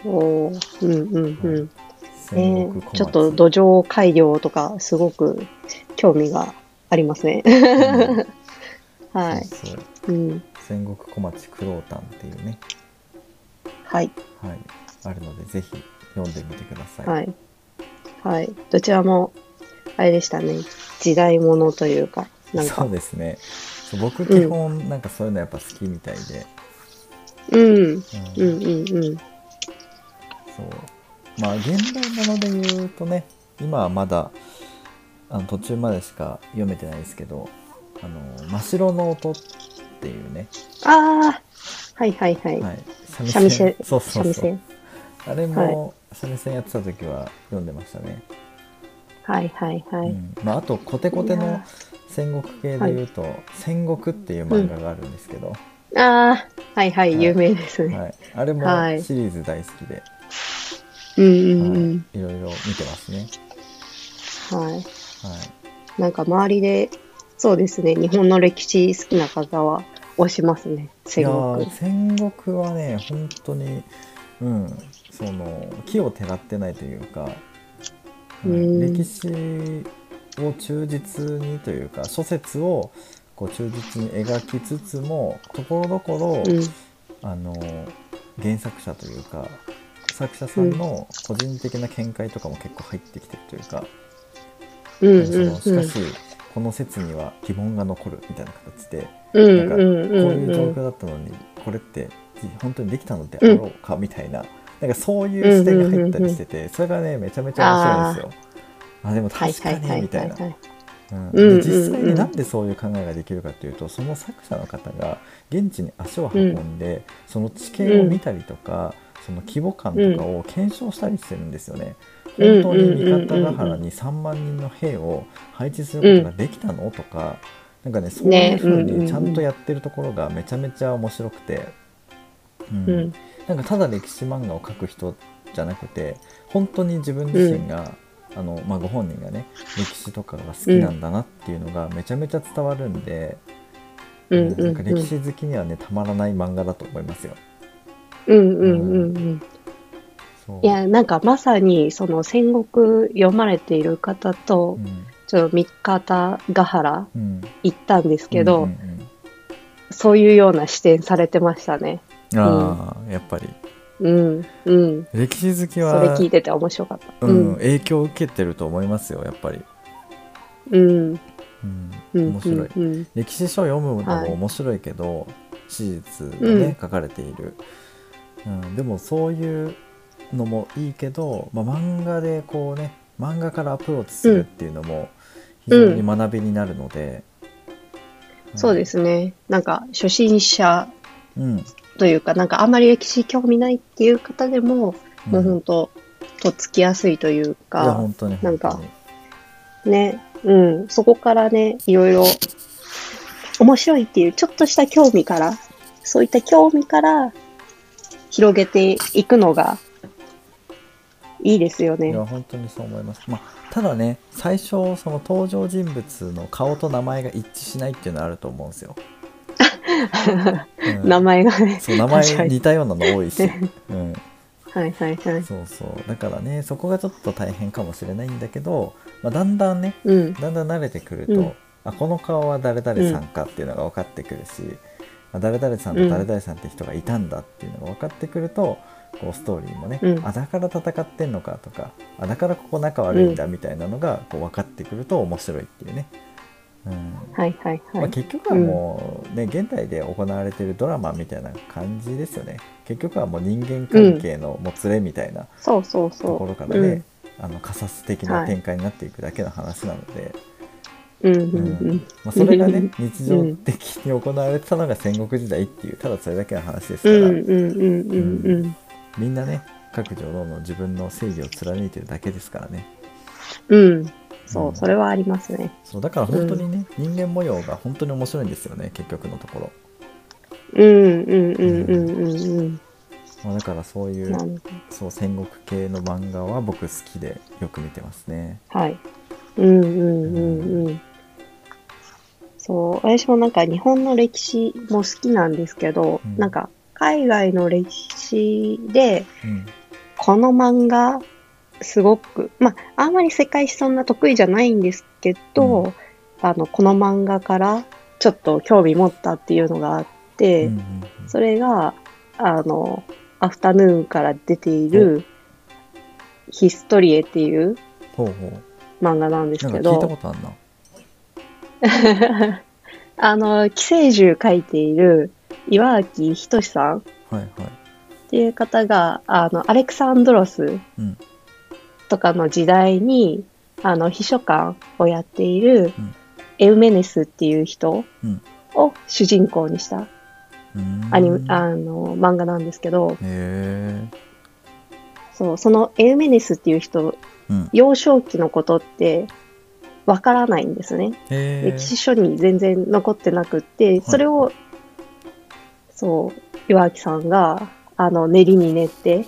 B: おーうんうんうん。え
A: 戦国小
B: ー
A: 町
B: ちょっと土壌改良とか、すごく興味がありますね。
A: うん
B: はい。
A: そうそう
B: うん。
A: 戦国小町クロータンっていうね、
B: はい。
A: はい、あるのでぜひ読んでみてください、
B: はい。はい。どちらも、あれでしたね。時代物というか、なん
A: そ
B: か
A: う。ですねそう僕基本なんかそういうのやっぱ好きみたいで、
B: うん。
A: う
B: うんんうんうん。
A: そうまあ現代もので言うとね今はまだあの途中までしか読めてないですけど「あの真っ白の音」っていうね、
B: ああはいはいはい。
A: はい、
B: 三味線
A: そうそ
B: 三
A: う
B: 味
A: そう
B: 線。
A: あれも三味線やってた時は読んでましたね、
B: はいはいはい。
A: うんまあ、あとコテコテ
B: い
A: の
B: や
A: 戦国系で言うと「戦国」っていう漫画があるんですけど、
B: ああはいは
A: はい
B: い、有名ですね。
A: はい、あれも
B: はい
A: シリーズ大好きで、
B: うんうんう
A: は
B: ん。
A: い、いろいろ見てますね、
B: はい。
A: はい、
B: なんか周りで、そうですね、日本の歴史好きな方は推しますね、
A: い
B: 戦
A: や
B: 国
A: ー。戦国はね本当にうんその木をてらってないというか、うん
B: うん
A: 歴史を忠実にというか諸説をこう忠実に描きつつもところどころ、
B: うん、
A: あの原作者というか作者さんの個人的な見解とかも結構入ってきてるというか、
B: うん
A: そのしかしこの説には疑問が残るみたいな形で。
B: うん
A: なんか
B: う
A: こうい
B: ん
A: う
B: う
A: 状
B: ん
A: 況だったのにこれって本当にできたのであろうかみたいななんかそういう視点が入ったりしててそれがねめちゃめちゃ面白いんですよ。あでも
B: はい
A: 確
B: は
A: か
B: いは
A: に
B: い
A: みた
B: はいい
A: な。
B: はい。
A: うん
B: うんうんうん
A: で実際になんでそういう考えができるかというとその作者の方が現地に足を運んでその地形を見たりとかその規模感とかを検証したりしてるんですよね。
B: うん
A: 本当に三方ヶ原に3万人の兵を配置することができたのとか、なんかねそういう
B: ね
A: 風
B: うんうんう
A: に
B: ん
A: ちゃんとやってるところがめちゃめちゃ面白くて、うん
B: うん
A: なんかただ歴史漫画を描く人じゃなくて本当に自分自身が、あのまあ、ご本人がね歴史とかが好きなんだなっていうのがめちゃめちゃ伝わるんで、
B: うん
A: うん
B: う
A: なん
B: ん
A: か
B: う
A: 歴
B: ん。
A: 史好きにはねたまらない漫画だと思いますよ。
B: うんうんうんうん。
A: そう
B: いや、なんかまさにその戦国読まれている方
A: う、
B: と
A: ん
B: ちょっと三方ヶ原
A: うん、
B: 行ったんですけ
A: う
B: ど
A: んう、ん
B: そういうような視点されてましたね。
A: うんああ、やっぱり
B: うんうん。
A: 歴史好き
B: それ
A: は
B: 聞いてて面白かった。う
A: うん、
B: ん
A: 影響を受けてると思いますよやっぱり、
B: うん
A: うん
B: うん
A: 面白い、
B: うん
A: 歴史書を読むの
B: はい
A: も面白いけど、史実がね、
B: うん
A: 書かれている、うん、でもそういうのもいいけど、まあ、漫画でこうね漫画からアプローチするっていうのも非常に学びになるので、、
B: そうですすね。なんか初心者
A: うん
B: というか、なんかあんまり歴史興味ないっていう方でも、も
A: う
B: う
A: ん
B: 本当とっつきやすいという
A: いや
B: か、
A: 本当に
B: な
A: 本
B: ん
A: 当
B: か
A: に
B: ね、うん、そこからね、いろいろ面白いっていう、ちょっとした興味から、そういった興味から広げていくのがいいですよ
A: い
B: ね。
A: や本当にそう思います、まあ、ただね最初その登場人物の顔と名前が一致しないっていうのはあると思うんです よ、うん
B: 名前がね。
A: そう名前
B: 確かに
A: 似たようなの多 いし、うん、
B: はいはいはい。
A: そうそうだからねそこがちょっと大変かもしれないんだけど、まあ、だんだんね
B: うん。
A: だんだん慣れてくると、
B: うん
A: あこの顔は誰々さんかっていうのが分かってくるし、あ誰々さんと誰々さんって人がいたんだっていうのが分かってくると、こうストーリーもね、
B: うん
A: あだから戦ってんのかとかあだからここ仲悪いんだみたいなのがこう分かってくると面白いっていうね。うん
B: はいはい
A: ま
B: は
A: あ、
B: い。
A: 結局はもうね、現代で行われてるドラマみたいな感じですよね結局はもう人間関係のもつれみたいな
B: そうそう
A: とこ
B: そ
A: ろから
B: う。うん
A: ね、あの仮説的な展開になっていくだけの話なので、
B: うんう
A: うん
B: ん
A: まあ、それが ね日
B: う
A: 常
B: ん
A: 的に行われてたのが戦国時代っていうただそれだけの話です
B: う
A: から、
B: ん。うんうんうんうんうん。
A: みんなね各女王の自分の正義を貫いてるだけですからね。
B: うん。そうう、
A: ん
B: それはありますね。
A: そうだから本当にね、人間模様が本当に面白いんですよね結局のところ、
B: うんうんうんうんうん。
A: まあ、だからそういううん
B: なるほ
A: そう戦国系の漫画は僕好きでよく見てますね
B: ど。はい。うんうんうんうん。そう、私もなんか日本の歴史も好きなんですけど、
A: うん
B: なんか海外の歴史で、
A: うん
B: この漫画、すごく、まあ、あんまり世界史そんな得意じゃないんですけど、
A: う
B: あの、この漫画からちょっと興味持ったっていうのがあって、
A: うんうん
B: それが、あの、アフタヌーンから出ている、ヒストリエっていう
A: ほうほ
B: 漫画なんで
A: う
B: す
A: なんか
B: け
A: 聞いたこ
B: ど、
A: とあんな
B: あの、寄生獣書いている岩脇仁さんっ
A: はいはい
B: ていう方が、あの、アレクサンドロス
A: うん
B: とかの時代に、あの、秘書官をやっている
A: うん
B: エウメネスっていう人
A: うん
B: を主人公にした
A: うーん
B: アニメ、あの、漫画なんですけど、
A: へえ
B: そう、そのエウメネスっていう人
A: うんへ
B: 幼少期のことってわからないんですね。
A: え
B: 歴史書に全然残ってなくって、それを、そう、岩脇さんが、あの、練りに練って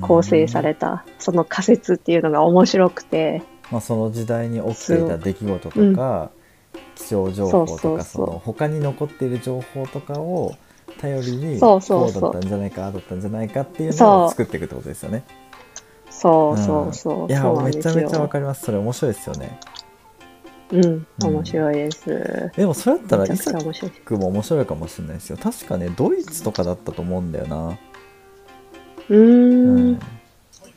B: 構成さ
A: うん
B: れた、その仮説っていうのが面白くて、
A: まあ、その時代に起きていた出来事とか、気象情報とか
B: そうそうそう
A: の他に残っている情報とかを頼りに
B: そうそうそう
A: こうだったんじゃないかああだったんじゃないかっていうの
B: そ
A: を
B: う
A: 作っていくってことですよね。
B: そうそうそう、
A: いや
B: そうなん
A: め
B: で
A: ちゃ
B: す
A: めちゃわ
B: よ。
A: かりますそれ面白いですよね。
B: うん、面白いです。
A: でもそれだったら
B: めちゃ
A: イ
B: くち
A: サ
B: ゃ
A: ク
B: 面白い。
A: も面白いかもしれないですよ。確かねドイツとかだったと思うんだよな。
B: うーん、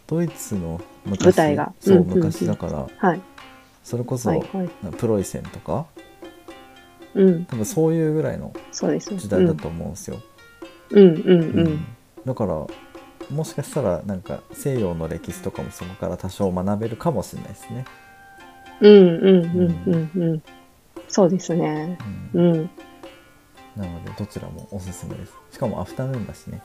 A: ドイツの昔
B: 舞台が
A: そううん
B: うんうん
A: 昔だから、
B: はい、
A: それこそ、
B: はい、はい。
A: プロイセンとか
B: うん、
A: 多分そういうぐらいの
B: そうです。
A: 時
B: う
A: 代だ
B: ん、
A: と思うんですよ。
B: うん、うん、うん。
A: だからもしかしたらなんか西洋の歴史とかもそこから多少学べるかもしれないですね。
B: うんうんうんうんうん。そうですね。
A: うん
B: うん。
A: なのでどちらもおすすめです。しかもアフタヌーンだしね。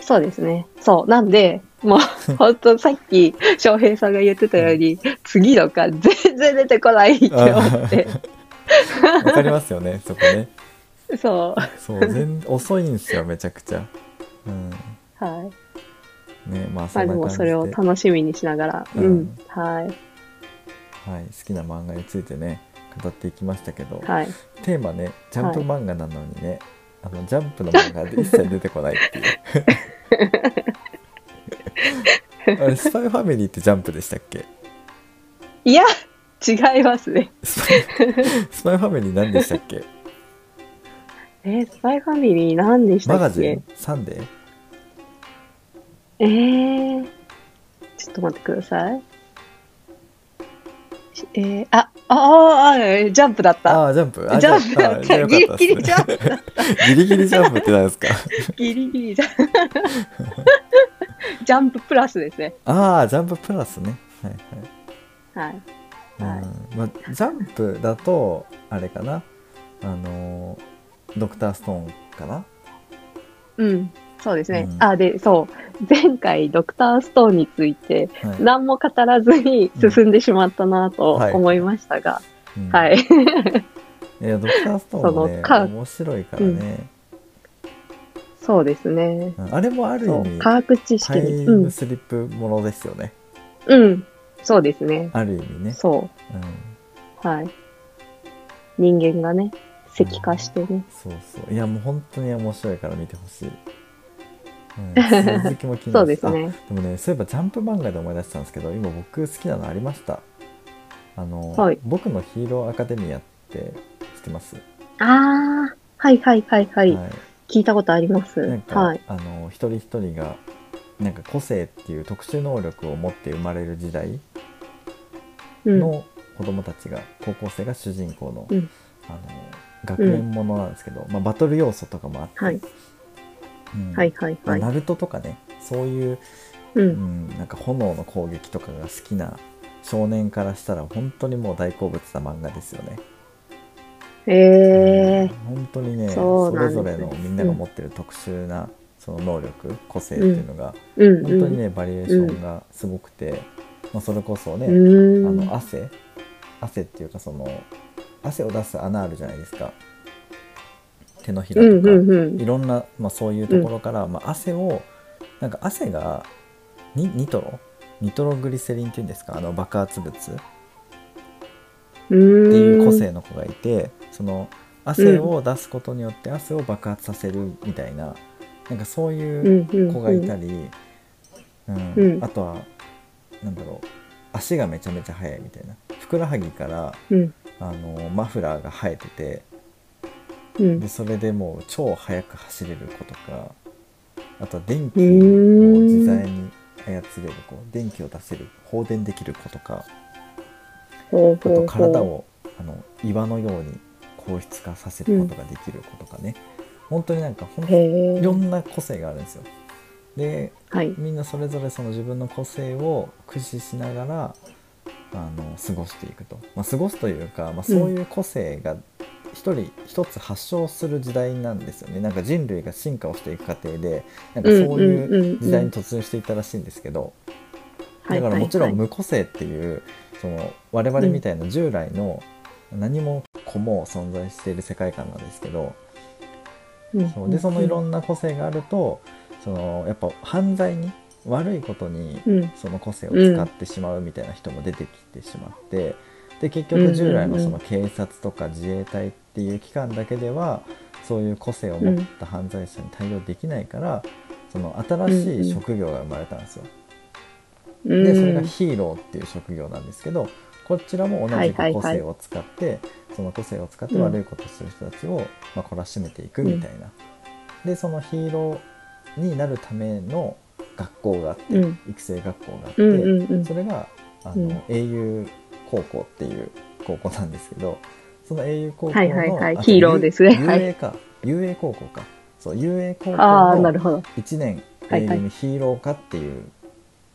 B: そうですね。そう。なんで、も う、本当さっき、翔平さんが言ってたように、次のか全然出てこないって思って。
A: わかりますよねそこね。
B: そ
A: そう全遅いんですよめちゃくちゃ。うん
B: う。はい。
A: ねまあそ
B: まあ
A: ん
B: で
A: な感
B: も、
A: じ
B: そ
A: で、
B: れ
A: は
B: を楽しみにしながら。
A: うん
B: うん。はい。
A: い、好きな漫画についてね語っていきましたけど、
B: はい。
A: テーマねジャンプ漫画なのにね、あのジャンプの漫画で一切出てこないって いう。あれスパイファミリーってジャンプでしたっけ
B: いや、違いますね。
A: ス パイスパイファミリー何でしたっけ
B: えースパイファミリー何でし
A: マ
B: た
A: ガ
B: っ
A: ジ
B: け
A: ンサンデー
B: えー、ちょっと待ってください。しえー、あ、ああ、あえージャンプだった。
A: ああ、ジャンプあ
B: ジャンプだ
A: あ
B: っ
A: じゃあ
B: た。
A: よ
B: ギリ
A: かっ
B: ギリジャ
A: た
B: ンプ
A: ですねギ リギリジャンプって何ですか
B: ギリギリ ジャンプ。ジャンププラスですね。
A: ああ、ジャンププラスね。はい
B: はい。
A: はい。
B: は
A: うんまあ、ジャンプだと、あれかな。あのードクターストーンかな。
B: うん。そうですね。
A: うん
B: あ、で、そう。前回、ドクターストーンについて、
A: はい。
B: 何も語らずに進んでしまったなと
A: うんはい
B: 思いましたが、
A: うん
B: はい。
A: いや、ドクターストーンもね
B: その、か
A: 面白いからね。
B: そうですね。
A: うんあれもある意
B: そう。
A: 味、
B: 科学知識
A: タイ
B: に。う
A: ム
B: ん。
A: スリップものですよね。
B: うん。そうですね。
A: ある意味ね。
B: そ
A: うん
B: う。はい。人間がね、石化してね。
A: そうそういやもう本当に面白いから見てほしい、うん、続きも気になる
B: そうですね。
A: あでもねそういえばジャンプ漫画で思い出したんですけど今僕好きなのありましたあの、
B: はい
A: 僕のヒーローアカデミアって知ってます、
B: あー、はいはいはいはい。
A: はい
B: 聞いたことあります。
A: なんか、
B: はい。
A: あの一人一人がなんか個性っていう特殊能力を持って生まれる時代
B: うん。
A: の子供たちが、高校生が主人公の,、
B: うん
A: あの学園ものなんですけど、まあ、バトル要素とかもあって、
B: はい
A: うん
B: はいはい
A: まあ
B: はい。
A: ナルトとかねそういう、
B: う。
A: うんん、なんか炎の攻撃とかが好きな少年からしたら本当にもう大好物な漫画ですよね。
B: えー、
A: 本当にね
B: そ
A: そうれ
B: なんです
A: ぞれのみんなが持ってる特殊なその能力個性っていうのが、
B: う
A: 本
B: ん、
A: 当に
B: うん。
A: ねバリエーションがすごくて、まあ、それこそね、
B: う
A: あ
B: ーん
A: の汗汗っていうかその汗を出す穴あるじゃないですか手のひら
B: う
A: とか、
B: んうんうん
A: いろんな、まあ、そういうところから、まあ、汗をなんか汗がニニトロニトログリセリンっていうんですかあの爆発物って
B: うー
A: い
B: ん
A: う個性の子がいてその汗を出すことによって汗を爆発させるみたいななんかそういう子がいた
B: り
A: り、うん
B: うん
A: あとはなんだろう足がめちゃめちゃ速いみたいなふくらはぎから
B: うん
A: あのマフラーが生えてて
B: う
A: で
B: ん
A: それでもう超速く走れる子とかあとは電気
B: う
A: を
B: ーん
A: 自在に操れる子電気を出せる放電できる子とか
B: ほう
A: あと
B: ほうほう
A: 体をあの岩のように硬質化させることができる子とかね、本当になんかほん
B: へ
A: い
B: え
A: ろんな個性があるんですよ。で
B: はい
A: みんなそれぞれその自分の個性を駆使しながらあの過ごしていくと、まあ、過ごすというか、まあ、そういう個性が一人一つ発症する時代なんですよねなんか人類が進化をしていく過程でなんかそう
B: うんうんうん
A: いううん時代に突入していったらしいんですけど
B: はい
A: だからもちろ
B: はい
A: ん
B: は
A: 無
B: い
A: 個性っていうその我々みたいな従来の何も子も存在している世界観なんですけど
B: うん
A: そうでそのいろ
B: なん
A: な個性があるとそのやっぱ犯罪に悪いことに
B: うん
A: その個性を使ってしまうみたいな人も出てきてしまって、で結局従来のその警察とか自衛隊っていう機関だけではそういう個性を持った犯罪者に対応できないから、その新しい職業が生まれたんですよ。
B: うん
A: でそれがヒーローっていう職業なんですけどこちらも同じく個性を使って、その個性を使って悪いことをする人たちを、まあ、懲らしめていくみたいな。でそのヒーローになるための学校があって、
B: うん
A: 育成学校があって、
B: うんうんうん
A: それがあの、
B: うん
A: 英雄高校っていう高校なんですけどその英雄高校の、
B: はいはいはい
A: あ
B: ヒーローですね
A: ゆ
B: はい
A: UA か UA 高校かそう UA 高校
B: ああな
A: の
B: るほど
A: 1年
B: はい
A: 英
B: はい
A: 組ヒーロー科っていう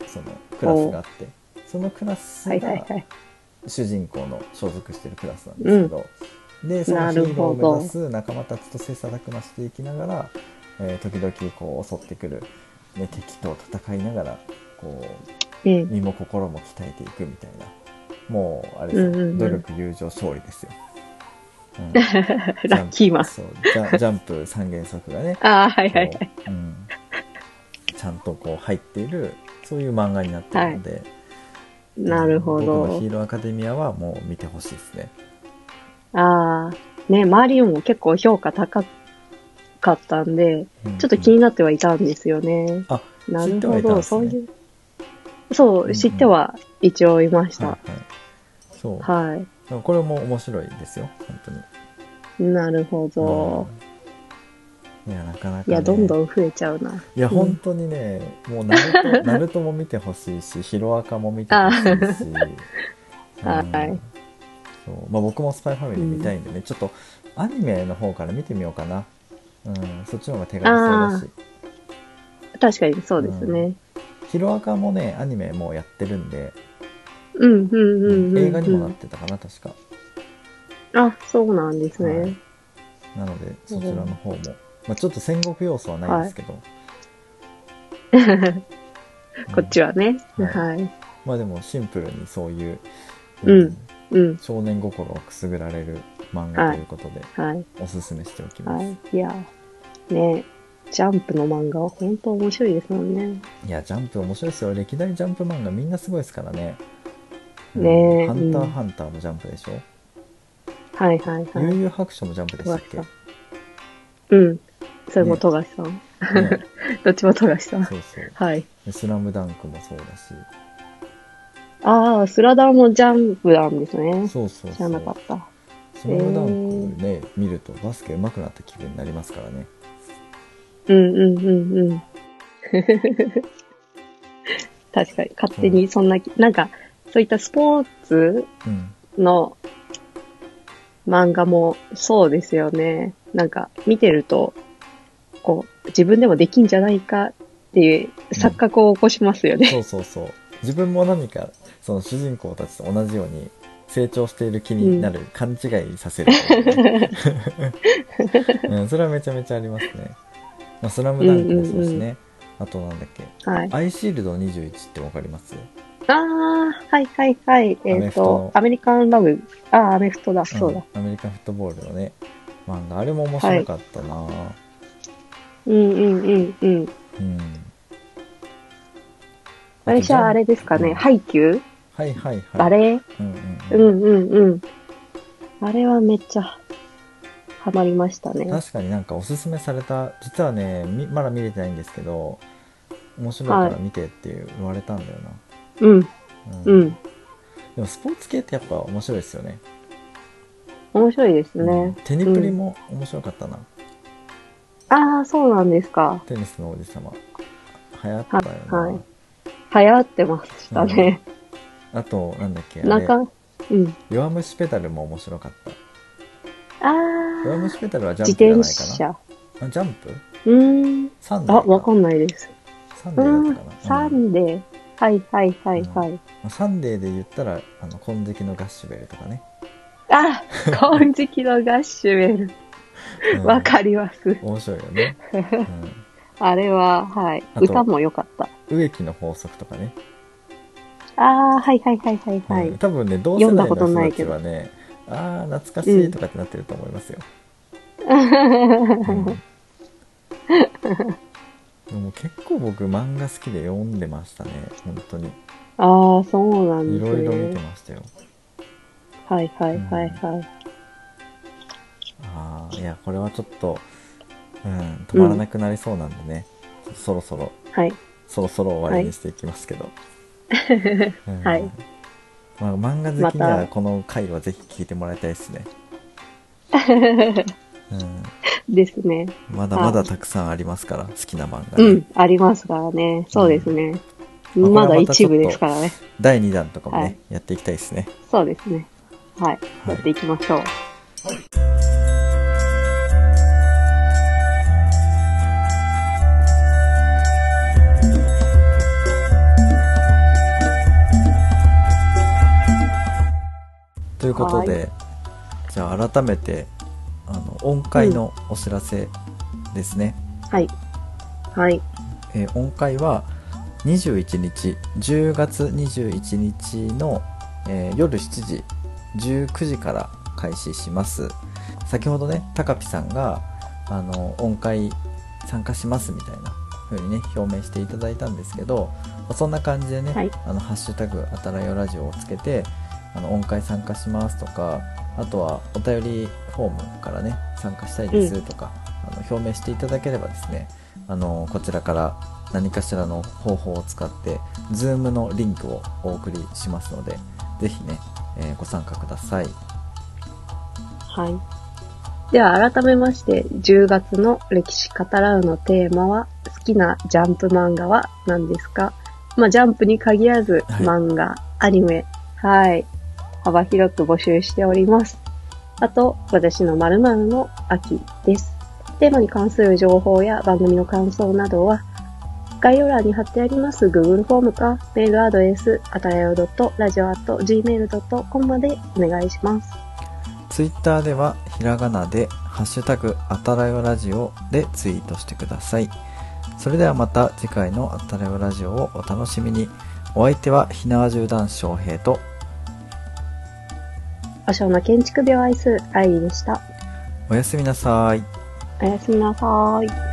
A: そのクラスがあってそのクラス
B: はいはい
A: が
B: はい
A: 主人公の所属してるクラスなんですけど、でその
B: な
A: ヒ
B: る
A: ーロ
B: ほど
A: ーを目指す仲間たちと切磋琢磨していきながら、えー時々こう襲ってくる、ね、敵と戦いながらこ
B: うん
A: う身も心も鍛えていくみたいなもうあれですよ、
B: うんうんうん
A: 努力友情勝利ですよ。うん
B: ラッキーマン
A: そうジャジャンプ三原則がね
B: ああはい
A: こう
B: はいはい
A: うん、ちゃんとこう入っているそういう漫画になっているので、
B: なるほ
A: 僕の
B: ど
A: ヒーローアカデミアはもう見てほしいですね
B: ああねマリオも結構評価高かったんでちょっと気
A: に
B: になってはいたんですよね
A: あ
B: なる
A: 知ってはい
B: ほ
A: たん
B: ど
A: です
B: そう
A: ね
B: いうそう知っては一応いまし
A: はいは
B: た
A: いそう、
B: はい
A: でもこれも面白いですよ本当に
B: なるほど。
A: うんいやなかなか、
B: い
A: ね、
B: や、どんどん増えちゃうな。
A: いや本当にね、もうナ ルトナルトも見てほしいしヒロアカも見てほしいし、うん
B: はい
A: そうまあ、僕も「スパイファミリー見たいんでね、ちょっとアニメの方から見てみようかな、うん、そっちの方が手軽そうだし
B: 確かにそうですね。
A: ヒロアカもねアニメもうやってるんで、
B: うん、うん、うんうん。
A: 映画にもなってたかな確か
B: あ、そうなんです
A: は
B: ね
A: い。なのでそちらの方も、まあ、ちょっと戦国要素はないですけど、うん
B: こっちはね。
A: は
B: はい。
A: まあでもシンプルにそういう、
B: うんうん。
A: 少年心をくすぐられる漫画ということで、
B: はい。
A: おすすめしておきます、
B: はい。いや、ね、ジャンプの漫画は本当面白いですもんね。
A: い、やジャンプ面白いですよ歴代ジャンプ漫画みんなすごいですからねうん
B: ねえ
A: ハンター、
B: うん
A: ハンターもジャンプでしょ、
B: はい、はい、は
A: 悠
B: い。
A: 々白書もジャンプでしたっけ、
B: わ
A: ね
B: か、うん。それも富樫さん。どっちも富樫さ ん。
A: そうそう
B: はい。
A: でスラムダンクもそうだし
B: ああ、スラダンもジャンプなんですね。
A: そうそう
B: 知ら
A: そ
B: なかっ
A: う
B: た。
A: スラムダンクね、見るとバスケ上手くなった気分になりますからね
B: うんうんうん うん。確かに、勝手にそんな、なんか、そういったスポーツ
A: うん
B: の漫画もそうですよね。なんか、見てると、こう、自分でもできんじゃないかっていう錯覚を起こしますよね。
A: そうそうそう自分も何かその主人公たちと同じように成長している気になる、勘違いさせるという ね、うん、それはめちゃめちゃありますね「まあ、スラムダンクもそうですね、あとなんだっけ
B: はい
A: 「アイシールド21」ってわかります
B: ああ、はいはいはい。えっ、
A: アメフト
B: と
A: の、
B: アメリカンラブ、ああ、アメフトだ、そうだ。
A: んアメリカンフットボールのね、漫画。あれも面白かったな、
B: うんうんうんうん。
A: うん。
B: あれじゃああれですかね、ハイキュー
A: はいはいはい。
B: バレー
A: うん
B: う
A: うんうん。
B: んうんうん。あれはめっちゃハマりましたね。
A: 確かになんかおすすめされた、実はね、みまだ見れてないんですけど、面白いから見てって言われたんだよ
B: うん
A: な。
B: うん。
A: でもスポーツ系ってやっぱ面白いですよね。
B: 面白いです
A: うん
B: ね。
A: テニプリも面白かったな。
B: ああ、そうなんですか。
A: テニスの王子様。流行ったよな。
B: はい流行ってましたね。
A: あと、なんだっけ、あ
B: なん
A: れ、
B: か、うん。
A: 弱虫ペダルも面白かった。
B: あ
A: 弱
B: あ
A: 虫、ペダルはジャ
B: 自
A: ンプじゃ
B: 転
A: ないかな。あ
B: 車。
A: ジャンプ
B: うーん。
A: サンデ
B: あ、
A: ー
B: わか
A: か
B: んないです。
A: サン
B: う
A: デーだっ
B: ん
A: たか。な。
B: サンデー。はいはいはいはい。
A: うんサンデーで言ったら、あの、金色のガッシュベルとかね。
B: あ、金色のガッシュベル。
A: うん
B: わかります。
A: 面白いよね。う
B: あれは、はい。
A: あと
B: 歌も良かった。
A: ん、植木の法則とかね。
B: ああ、はいはいはいはいは
A: う
B: い
A: ん。多分ね、同
B: 読
A: 世
B: んだ
A: 代
B: こ
A: の
B: とない
A: 人た
B: け
A: ち
B: ど
A: はね、あー、懐かしいとかってなってると思いますよ。うんでも結構僕漫画好きで読んでましたね本当に
B: ああ、そうなん
A: い
B: です
A: ろいろ見て
B: ね。
A: ましたよ
B: はいはいはいはい。
A: ああいやこれはちょっと、うん、止まらなくなりそうなんでね、ちょっとそろそろ
B: はい。
A: そろそろ終わりにしていきますけど、うん
B: はい
A: まあ、漫画好きに
B: また
A: はこの回はぜひ聞いてもらいたい ですね、う
B: ですね。
A: ん、まだまだたくさんありますから好きな漫画
B: う
A: ね、
B: ん、ありますからね。そうですね。
A: うん
B: まだ一部ですからね。
A: 第2弾とかもね、
B: はい
A: やっていきたいですね
B: そうですね。はい。
A: はい
B: やっていきましょう。
A: ということで、
B: は
A: じゃあ改めてあの音階のお知らせですね、
B: はい。はい。
A: えー音階は21日10月21日の、えー夜7時19時から開始します先ほどね高ピさんがあの音階参加しますみたいな風にね表明していただいたんですけどまあそんな感じでね「
B: はい
A: あのハッシュタグあたらよラジオ」をつけてあの音階参加しますとかあとはお便りフォームからね参加したいですとか、あの表明していただければですねあのこちらから何かしらの方法を使って Zoom のリンクをお送りしますのでぜひね、えーご参加ください
B: はい。では、改めまして、10月の歴史語らうのテーマは、好きなジャンプ漫画は何ですかまあ、ジャンプに限らず、
A: はい
B: 漫画、アニメ、はい。幅広く募集しております。あと、私の〇〇の秋です。テーマに関する情報や番組の感想などは、概要欄に貼ってあります Google フォームか、メールアドレス、あたらよ .radio.gmail.com までお願いします。
A: Twitter ではひらがなで「ハッシュタグあたらよラジオ」でツイートしてくださいそれではまた次回の「あたらよラジオ」をお楽しみにお相手はひなわ銃男子翔平と
B: 和尚の建築美を愛す愛でした。
A: おやすみなさい
B: おやすみなさーい。